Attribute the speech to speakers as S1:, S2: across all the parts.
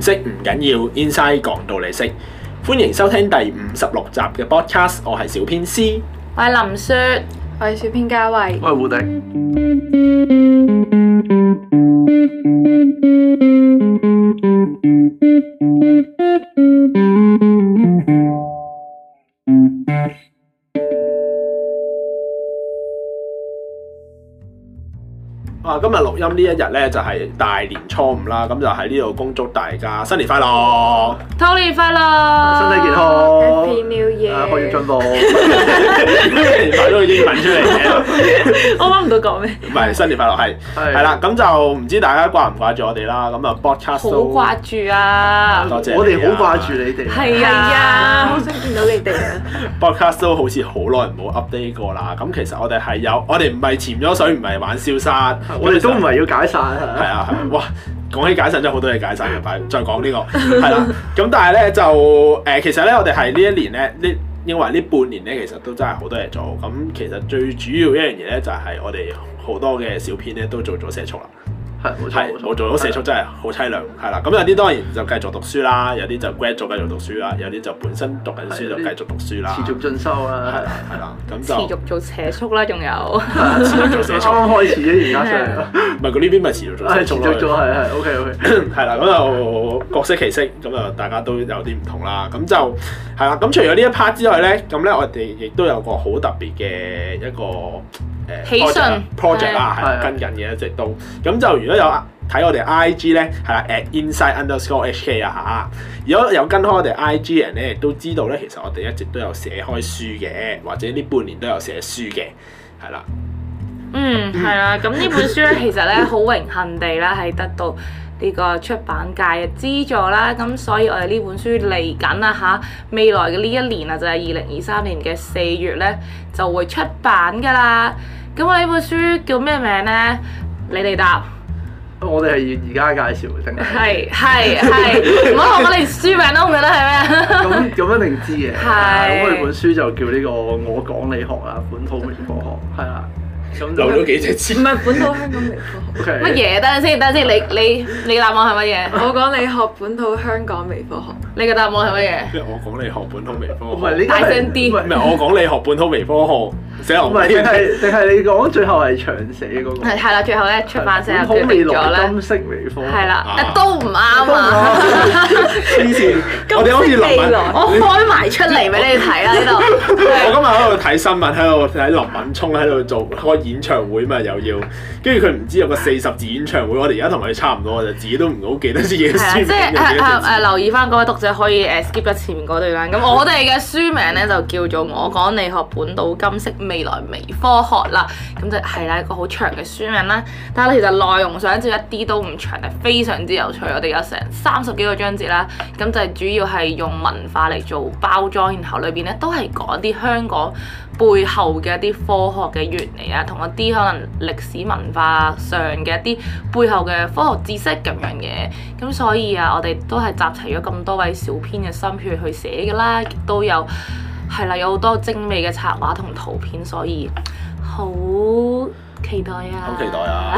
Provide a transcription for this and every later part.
S1: 識唔緊要，Inside 講到你識。歡迎收聽第五十六集嘅 podcast，我係小編 C。
S2: 我係林雪，
S3: 我係小編嘉慧，
S4: 我係胡迪，
S1: 啊，今日錄音呢一日咧就係、大年初五啦，咁就喺呢度恭祝大家新年快樂，
S2: 兔年快樂，
S4: 身體健康。，
S3: Happy New Year
S4: 啊學業 進步，
S1: 買咗個英文出嚟嘅，
S2: 我諗唔到講 咩，
S1: 唔係新年快樂係
S4: 係
S1: 係，啦，咁就唔知大家掛唔掛住我哋啦，咁啊 podcast
S2: 好
S1: 都
S2: 掛住啊，
S1: 多謝
S4: 我
S1: 你啊
S4: 哋好掛住你哋，
S2: 係
S3: 係啊，好
S2: 啊，
S3: 想見到你哋啊！
S1: podcast 都好似好耐冇 update 過啦，咁其實我哋係有，我哋唔係潛咗水，唔係玩消沙，
S4: 我哋都唔
S1: 係。
S4: 係要解散
S1: 係
S4: 啊，
S1: 啊，係 啊，哇！講起解散真係好多嘢解散嘅， 但係再講呢、個係啦。咁但係咧就誒、其實咧我哋係呢一年咧，呢因為呢半年咧，其實都真係好多嘢做。咁其實最主要一樣嘢咧，就係、我哋好多嘅小編咧都做咗社畜啦。
S4: 係冇
S1: 係
S4: 錯，
S1: 我做咗社畜真係好凄涼，係啦。咁有啲當然就繼續讀書啦，有啲就 grad 咗繼續讀書啦，有啲就本身讀緊書就繼續讀書啦。
S4: 持續進修啊
S1: 係啦
S4: 啦，
S1: 係啦，咁
S2: 持
S1: 就
S2: 續做社畜啦，仲有，
S1: 持續做社
S4: 啱
S1: 畜，
S4: 啱開始啫，而家上
S1: 唔 係佢呢邊咪持續做
S4: 係
S1: 社
S4: 持
S1: 畜
S4: 續咗
S1: 咯。
S4: 係係，OK OK，
S1: 係啦，咁就各色其色，咁啊大家都有啲唔同啦。咁就係啦，咁除咗呢一 part 之外咧，咁咧我哋亦都有個好特別嘅一個誒
S2: 喜訊
S1: project- project 啦，係
S4: 係啊
S1: 啦
S4: 係
S1: 跟緊嘅一直都。咁就如果有啊睇我哋 IG 咧，係啦 at inside underscore hk 啊嚇。如果有跟開我哋 IG 嘅人咧，亦都知道咧，其實我哋一直都有寫開書嘅，或者呢半年都有寫書嘅，係啦。
S2: 嗯，係 啦，咁呢本書咧，其實咧好榮幸地啦，係得到。呢個出版界嘅資助啦，咁所以我哋呢本書嚟緊啦嚇，未來嘅呢一年啊，就係二零二三年嘅四月呢，就會出版噶啦。咁我呢本書叫咩名呢？你哋答。
S4: 我哋係要而家介紹定係
S2: 係係係，唔好學我哋書名都唔記得係咩。
S4: 咁咁一定知嘅，
S2: 係
S4: 咁我哋本書就叫呢個我講你學啊，本土微科學係啦，咁
S1: 留咗
S4: 就
S1: 幾隻字
S3: 唔。係本土香港理科
S4: OK
S2: 乜嘢？等陣先，等陣先，你你你答案係乜嘢？
S3: 學，我講你學本土香港微科學，
S2: 你嘅答案係乜嘢？
S1: 我講你學本土微科學
S4: 唔係你
S2: 大聲啲
S4: 唔係
S1: 唔 係我講你學本土微科學，寫
S4: 唔
S1: 牛
S4: 係，定
S1: 尾。
S4: 係定係你講最後係長寫嗰個
S2: 係？係啦，最後咧出版社又
S4: 好
S2: 決
S4: 未
S2: 定
S4: 來
S2: 咗
S4: 金
S2: 咧，
S4: 色微科，
S2: 係啦，
S1: 啊
S2: 誒都唔啱啊！
S1: 黐線！ 我哋好似林
S3: 未
S1: 敏，
S3: 來
S2: 我開埋出嚟俾你睇啦呢度
S1: 我
S2: 係
S1: 今日喺度睇新聞，喺度睇林敏聰喺度做開演唱會嘛，又要跟住佢唔知有個四十字演唱會，我哋而家同佢差唔多，我就自己都唔好記得自己嘅，書
S2: 係啦，
S1: 名
S2: 啊即係誒誒誒
S1: 係
S2: 留意翻各位讀者可以誒 skip 咗前面嗰段啦。咁我哋嘅書名咧就叫做《我講你學本土金色未來微科學》啦。咁就係啦，一個好長嘅書名啦。但係其實內容上就一啲都唔長，係非常之有趣。我哋有成三十幾個章節啦，咁就係主要係用文化嚟做包裝，然後裏邊咧都係講啲香港背後嘅一啲科學嘅原理啊，同一啲可能歷史文化上嘅一啲背後嘅科學知識咁樣嘅。咁所以啊，我哋都係集齊咗咁多位小編嘅心血去寫嘅啦，亦都有係啦，有好多精美嘅插畫同圖片，所以好期待啊！
S1: 好期待！啊！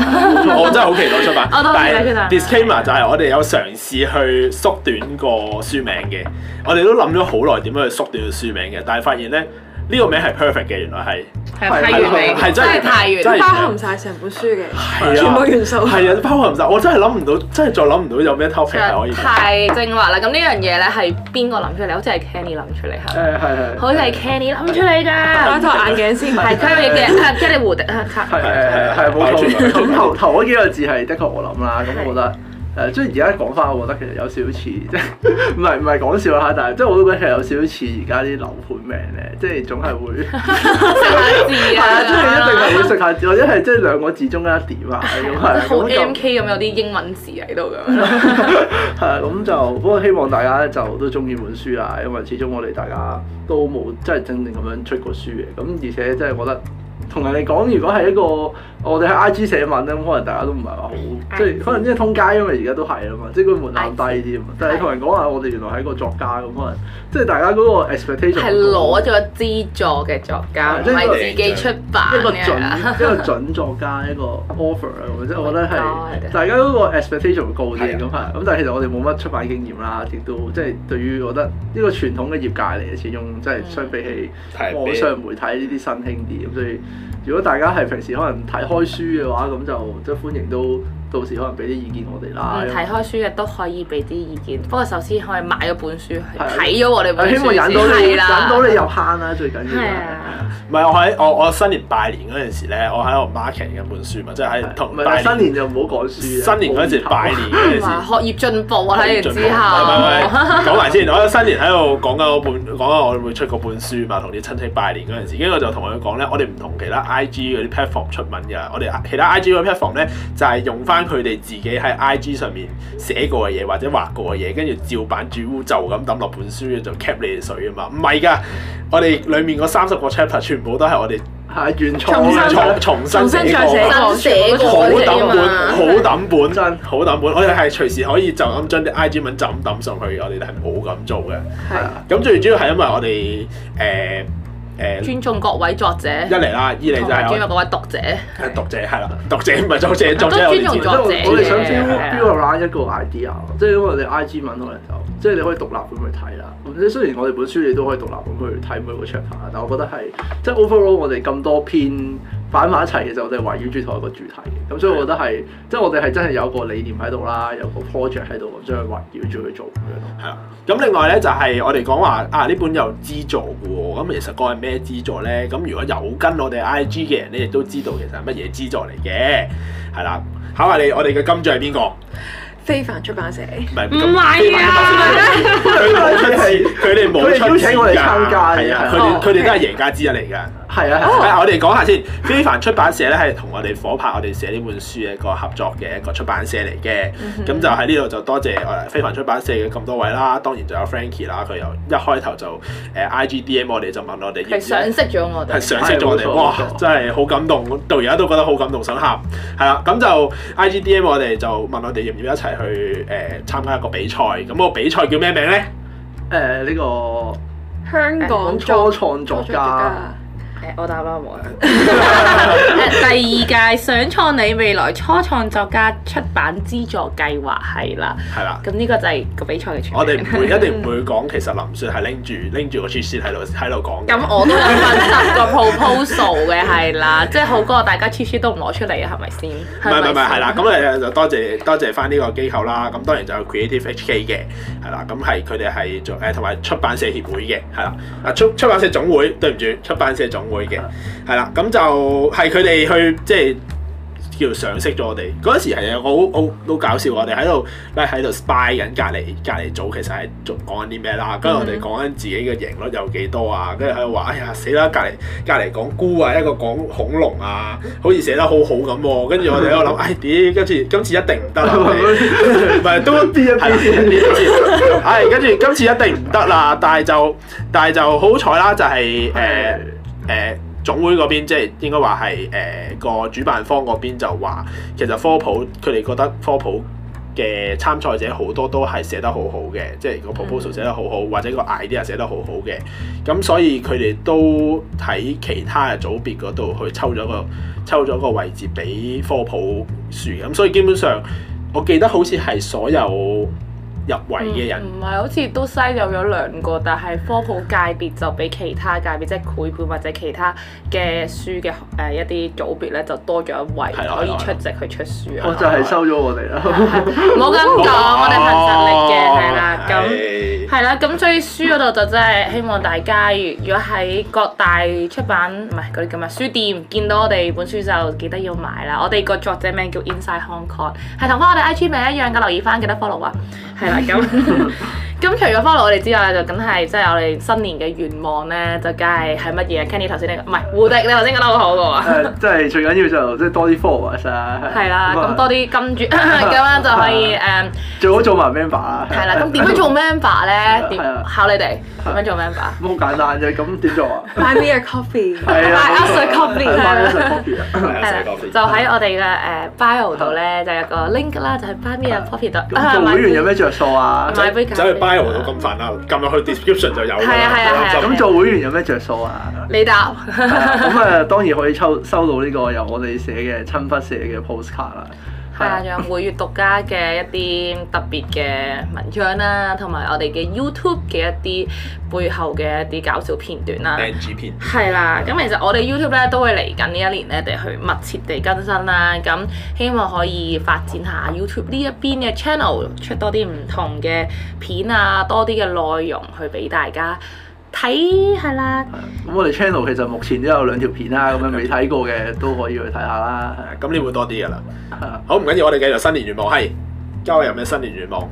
S1: 我真係好期待出版，
S2: 我都好期待出版
S1: 但係 disclaimer 就係我哋有嘗試去縮短個書名嘅，我哋都諗咗好耐點樣去縮短個書名嘅，但係發現咧呢個名係 perfect 嘅，原來係。
S2: 係啊
S4: 係
S2: 太完美，
S1: 係真
S2: 真
S1: 係
S2: 係太完
S1: 真係
S2: 美。
S3: 包含晒成本書嘅
S1: 係啊
S3: 全部元素。
S1: 係啊，包含晒，我真係諗唔到，真係再諗唔到有咩 topic 啊係可以講。
S2: 太精華啦！咁呢樣嘢咧係邊個諗出嚟？好似係 Kenny 諗出嚟係咪，
S4: 誒係係，
S2: 好似係 Kenny 諗出嚟
S3: 戴
S2: 㗎。
S3: 套眼鏡先，
S2: 係佢有嘢嘅，Kenny 胡迪啊，卡
S4: 係係係冇錯。咁頭頭嗰幾個字係的確我諗啦，咁我覺得。誒，即係而家講翻，我覺得其實有少少似，即係唔係唔係講笑啦，但係即係我都覺得其實有少少似而家啲樓盤名咧，即係總係會
S2: 食下字
S4: 係啊，即係一定
S2: 啊，
S4: 係會食下字，或者係即係兩個字中間一點啊咁 係
S2: 好
S4: 咁就
S2: M K 咁有啲英文字喺度咁樣。
S4: 係啊，咁就不過希望大家就都中意本書啊，因為始終我哋大家都冇真係真正咁樣出過書嘅，咁而且真係覺得同人哋講，如果係一個我哋喺 I G 寫文咧，咁可能大家都唔係話好，即係可能即係通街，因為而家都係啊嘛，即係個門檻低啲啊嘛。但係你同人講話，我哋原來係一個作家咁，可能即係大家嗰個 expectation 啊
S2: 係攞咗資助嘅作家，唔
S4: 即係一
S1: 個
S2: 係自己出版
S4: 一個
S2: 嘅。
S4: 準 一個準作家一個 offer 啦，咁樣即係我覺得
S2: 啊 Oh my
S4: 係
S2: God 啊
S4: 大家嗰個 expectation 會高啲咁
S1: 係
S4: 係，咁但係其實我哋冇乜出版經驗啦，
S2: 嗯
S4: 亦都即係對於我覺得呢個傳統嘅業界嚟嘅，始終即係
S2: 嗯
S4: 相比起
S1: 係
S4: 網上媒體呢啲新興啲，咁所以如果大家係平時可能睇開書嘅話，咁就即係歡迎都到時可能俾啲意見我哋啦。
S2: 嗯，睇開書嘅都可以俾啲意見，不過首先可以買咗本書，
S4: 係
S2: 睇咗我哋本書
S4: 希望引到你
S2: 先係
S4: 引
S2: 啦
S4: 到你入坑啦，最緊要
S2: 係
S4: 係
S2: 啊
S1: 唔係我喺我我新年拜年嗰陣時咧，我喺度 market 緊本書嘛，即係喺
S4: 係
S1: 同
S4: 唔
S1: 拜
S4: 係新年就唔好講書啊，
S1: 新年嗰陣時
S4: 冇
S1: 拜年嗰陣
S2: 同
S1: 時
S2: 埋。學業進步啊！睇完
S1: 唔係
S2: 之
S1: 唔係唔
S2: 後，
S1: 係講埋先，我新年喺度講緊嗰本，講緊我會出嗰本書嘛，同啲親戚拜年嗰陣時，跟住我就同佢講咧，我哋唔同其他 IG 嗰啲 platform 出文㗎，我哋啊其他 IG 嗰啲 platform 咧就係用翻佢哋自己喺 IG 上面寫過嘅嘢或者畫過嘅嘢，跟住照版主污就咁抌落本書就 cap 你哋水啊嘛，唔係㗎，我哋裡面嗰三十個 chapter 全部都係我哋
S4: 係原
S3: 重新
S4: 創啊
S1: 重重新
S3: 重新
S1: 寫
S3: 再
S1: 過
S3: 寫
S1: 嘅
S2: 新寫
S3: 過
S2: 過
S1: 好抌
S2: 嗰啲啊
S1: 本，好
S2: 嘛，
S1: 抌本真，好抌本。我哋係隨時可以就咁將啲 I G 文就咁抌上去，我哋係冇咁做嘅。
S4: 係啊。
S1: 咁最主要係因為我哋誒誒
S2: 尊重各位作者，
S1: 一嚟啦，二嚟就
S2: 同埋
S1: 係
S2: 尊
S1: 我
S2: 重各位讀者。
S1: 係讀者係啦，讀者唔係作者，作
S2: 都
S1: 者我
S2: 尊重
S1: 哋知
S2: 作
S1: 道
S2: 者
S4: 我哋想
S2: 嘅係啊
S4: build build around 一個 idea，即係因為我哋 IG 文可能就即係你可以獨立咁去睇啦。咁即係雖然我哋本書你都可以獨立咁去睇每個 chapter，但我覺得係即係 overall 我哋咁多篇擺埋一齊，其實我哋圍繞住同一個主題嘅。咁所以我覺得係即係我哋係真係有個理念喺度啦，有個 project 喺度，咁將佢圍繞住去做咁樣咯。
S1: 係啦。咁另外咧就係我哋講話啊呢本有資助嘅喎，咁其實個係咩資助咧？咁如果有跟我哋 I G 嘅人咧，亦都知道其實係乜嘢資助嚟嘅，係啦。考下你，我哋嘅金主係邊個？
S3: 非凡出版社，
S1: 唔係
S2: 唔係啊，
S1: 佢冇出錢，佢哋冇出錢㗎
S4: 佢哋邀請我哋參加嘅
S1: 係啊，佢哋
S2: 哦
S1: 佢哋都係贏家之一嚟㗎。
S4: 係啊，係
S1: 係
S4: 啊
S1: 啊我哋講下先，非凡出版社咧係同我哋夥拍，我哋寫呢本書嘅一個合作嘅一個出版社嚟嘅。
S4: 嗯
S1: 咁就喺呢度就多謝我哋非凡出版社嘅咁多位啦，當然就有 Frankie 啦，佢由一開頭就呃誒 IG DM 我哋就問我哋要唔
S2: 係
S1: 要
S2: 賞識咗我
S1: 係
S2: 哋。
S1: 賞識咗我哋，
S4: 係冇錯
S1: 哇
S4: 冇！錯
S1: 真係好感動，到而家都覺得好感動，想喊。係啦，咁就 IGDM 我哋就問我哋要唔要一齊去誒、呃、參加一個比賽，咁、個比賽叫咩名咧？
S4: 誒呢個
S3: 香港
S4: 初
S3: 作
S4: 創作
S3: 初創
S4: 家。
S2: 誒，我答啦，我。 誒，第二屆想創你未來初創作家出版資助計劃係啦，
S1: 係啦。
S2: 咁呢個就係個比賽嘅全名
S1: 我哋唔會一定唔會講，其實林雪係拎住拎住個 cheat sheet 喺度喺度講嘅。
S2: 咁我都有份十個 proposal 嘅係啦，即係好過大家 cheap cheap 都唔攞出嚟啊，係咪先？
S1: 唔係唔係唔係，係啦，
S2: 咁
S1: 咁啊誒就多謝多謝翻呢個機構啦。咁當然就有 Creative HK 嘅，係啦，咁係佢哋係做誒同埋出版社協會嘅，係啦，啊出出版社總會，對唔住，出版社總會嘅，係啦，咁就係佢哋去即係。叫賞識咗我哋嗰陣時係有個好好好搞笑，我哋喺度咧喺度 spy 緊隔離隔離組，其實係做講緊啲咩啦。跟住我哋講緊自己嘅贏率有幾多啊，跟住喺度話：哎呀死啦！隔離隔離講菇啊，一個講恐龍啊，好似寫得好好咁喎。跟住我哋喺度諗：唉、屌，今次今次一定唔得啦！我哋唔係都
S4: 一啲一
S1: 係啦
S4: 啲
S1: 呢啲 先係跟住今次一定唔得啦，但係就但係就好彩啦，就係誒誒總會嗰邊，即係應該話係誒個主辦方嗰邊就話，其實科普佢哋覺得科普。嘅參賽者好多都係寫得好好嘅，即係
S2: 嗯
S1: 個 proposal 寫得好好，或者個 idea 寫得好好嘅，咁所以佢哋都喺其他嘅組別嗰度去抽咗個抽咗個位置俾科普書嘅，咁所以基本上我記得好似係所有入圍嘅人，
S2: 嗯唔係好似都篩有咗兩個，但係科普界別就比其他界別，即係繪本或者其他嘅書嘅誒、呃一啲組別咧，就多咗一位
S1: 係啦
S2: 可以
S1: 係啦
S2: 出席去出書
S4: 我
S2: 啊。
S4: 就係收咗 我哋啦。
S2: 冇咁講，我哋憑實力嘅係啦，
S1: 哦
S2: 咁。
S1: 係
S2: 係啦，咁所以書嗰度就真係希望大家，如如果喺各大出版唔係嗰啲咁嘅書店見到我哋本書就記得要買啦。我哋個作者名叫 Inside Hong Kong，係同翻我哋 IG 名一樣嘅，留意翻記得 follow 啊。係啦，咁咁除咗 follow 我哋之外咧，就梗係即係我哋新年嘅願望咧，就梗係係乜嘢？Kenny 頭先你唔係胡迪，你頭先講得好好嘅喎。
S4: 誒，即係最緊要就即係多啲 followers 啦。
S2: 係啦，
S4: 啊
S2: 咁多啲金主咁樣就可 以誒，
S4: 最好做埋 member 啊啦。
S2: 係啦。咁點樣做 member 咧？
S4: 係啊
S2: 點考你哋點樣做 member？
S4: 咁好簡單啫，咁點做啊？
S3: Buy me a coffee。
S4: 係啊
S2: Buy us a coffee，
S4: 係 buy us a
S2: 係
S4: coffee 啊
S1: 係啊
S2: 係
S1: 成
S2: 啦，
S1: 個 office
S2: 就喺我哋嘅誒 bio 度咧，就有個 link 啦，就係 buy me a coffee 度。
S4: 咁做會員有咩着數啊？
S2: 買杯咖
S1: 走
S2: 啡
S1: 去 bio 度咁煩啦，撳入去 description 就有㗎啦。
S2: 係啊係啊係啊
S4: 咁做會員有咩着數啊？
S2: 你答。
S4: 係啊咁啊，當然可以抽收到呢個由我哋寫嘅親筆寫嘅 postcard 啦。
S2: 係啊，仲有每月獨家嘅一啲特別嘅文章啦，同埋我哋嘅 YouTube 嘅一啲背後嘅一啲搞笑片段啦。
S1: NG 片。
S2: 係啦，咁其實我哋 YouTube 咧都會嚟緊呢一年咧，哋去密切地更新啦。咁希望可以發展下 YouTube 呢一邊嘅 channel，出多啲唔同嘅片啊，多啲嘅內容去俾大家睇，係啦。
S4: 咁我哋 channel 其實目前都有兩條片啦，咁樣未睇過嘅都可以去睇下啦。
S1: 啊咁呢會多啲㗎啦。
S4: 係啊
S1: 好，唔緊要，我哋繼續新年願望。係，嘉慧有咩新年願望？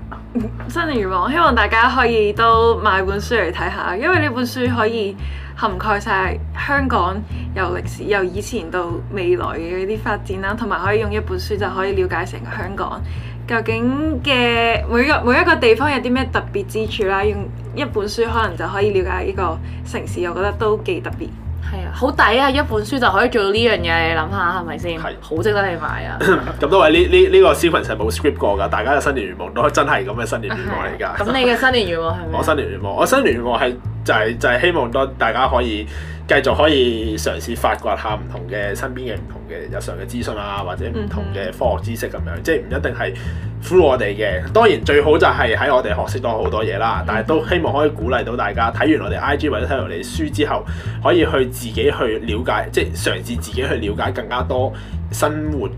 S3: 新年願望，希望大家可以都買本書嚟睇下，因為呢本書可以涵蓋晒香港由歷史由以前到未來嘅一啲發展啦，同埋可以用一本書就可以了解成個香港究竟嘅每個每一個地方有啲咩特別之處啦，用一本書可能就可以了解呢個城市，我覺得都幾特別。
S2: 係啊，好抵啊！一本書就可以做到呢樣嘢，你諗下係咪先？
S1: 係
S2: 好值得你買 啊！
S1: 咁多位呢呢呢個 sequence 係冇 script 過㗎，大家嘅新年願望都真係咁嘅新年願望嚟
S2: 係啊
S1: 㗎。
S2: 咁你嘅新年願望係咩？
S1: 我新年願望，我新年願望係就係、就係、希望多大家可以繼續可以嘗試發掘下唔同嘅身邊嘅唔同嘅日常嘅資訊啊，或者唔同嘅科學知識咁樣，即係唔一定係 through 我哋嘅。當然最好就係喺我哋學識多好多嘢啦，但係都希望可以鼓勵到大家睇完我哋 IG 或者睇完我哋書之後，可以去自己去了解，即係嘗試自己去了解更加多生活。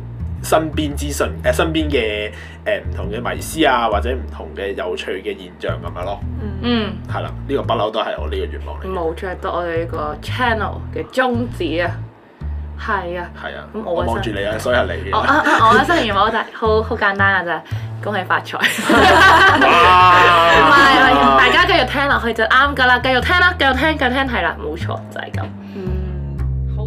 S1: 身邊資訊，誒、身邊嘅誒唔同嘅迷思啊，或者唔同嘅有趣嘅現象咁樣咯。
S3: 嗯，
S2: 嗯，
S1: 係啦，呢、個不嬲都係我呢個願望嚟。
S2: 冇錯，得我哋呢個 channel 嘅宗旨啊，係啊。
S1: 係啊，
S2: 咁
S1: 我
S2: 我嘅
S1: 望住你啊，所以係你
S2: 我
S1: 嘅。
S2: 啊啊我嘅新年願望好大好好簡單啊咋，恭喜發財！啊
S1: 啊
S2: 唔係，唔係大
S1: 哇！
S2: 家繼續聽落去就啱噶啦，繼續聽啦，繼續聽，繼續聽係啦，冇錯就係咁。
S3: 嗯。
S2: 好。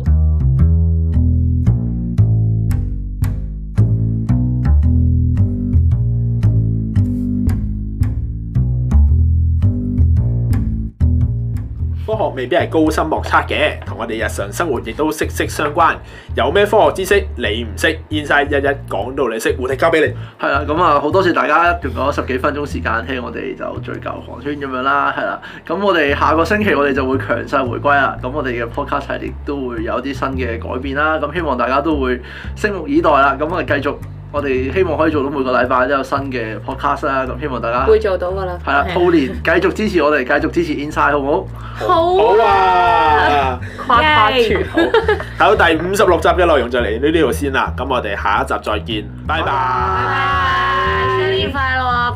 S1: 科學未必係高深莫測嘅，同我哋日常生活亦都息息相關。有咩科學知識你唔識，Inside 一一講到你識，我哋交俾你。
S4: 係啦，咁啊好多謝大家用咗十幾分鐘時間聽我哋就追究寒暄咁樣啦，係啦。咁我哋下個星期我哋就會強勢回歸啦。咁我哋嘅 podcast 系列都會有啲新嘅改變啦。咁希望大家都會拭目以待啦。咁我哋繼續，我哋希望可以做到每個禮拜都有新嘅 podcast 啦。咁希望大家
S2: 會做到噶啦。
S4: 係啦，兔年繼續支持我哋，繼續支持 Inside 好唔
S2: 好
S1: 好
S2: 啊，
S1: 啊！
S2: 跨跨
S3: 耶
S2: 全
S1: 好，睇到第五十六集嘅內容就嚟到呢度先啦。咁我哋下一集再見，拜
S4: 好？
S1: 拜。
S2: 拜拜，新年快樂啊！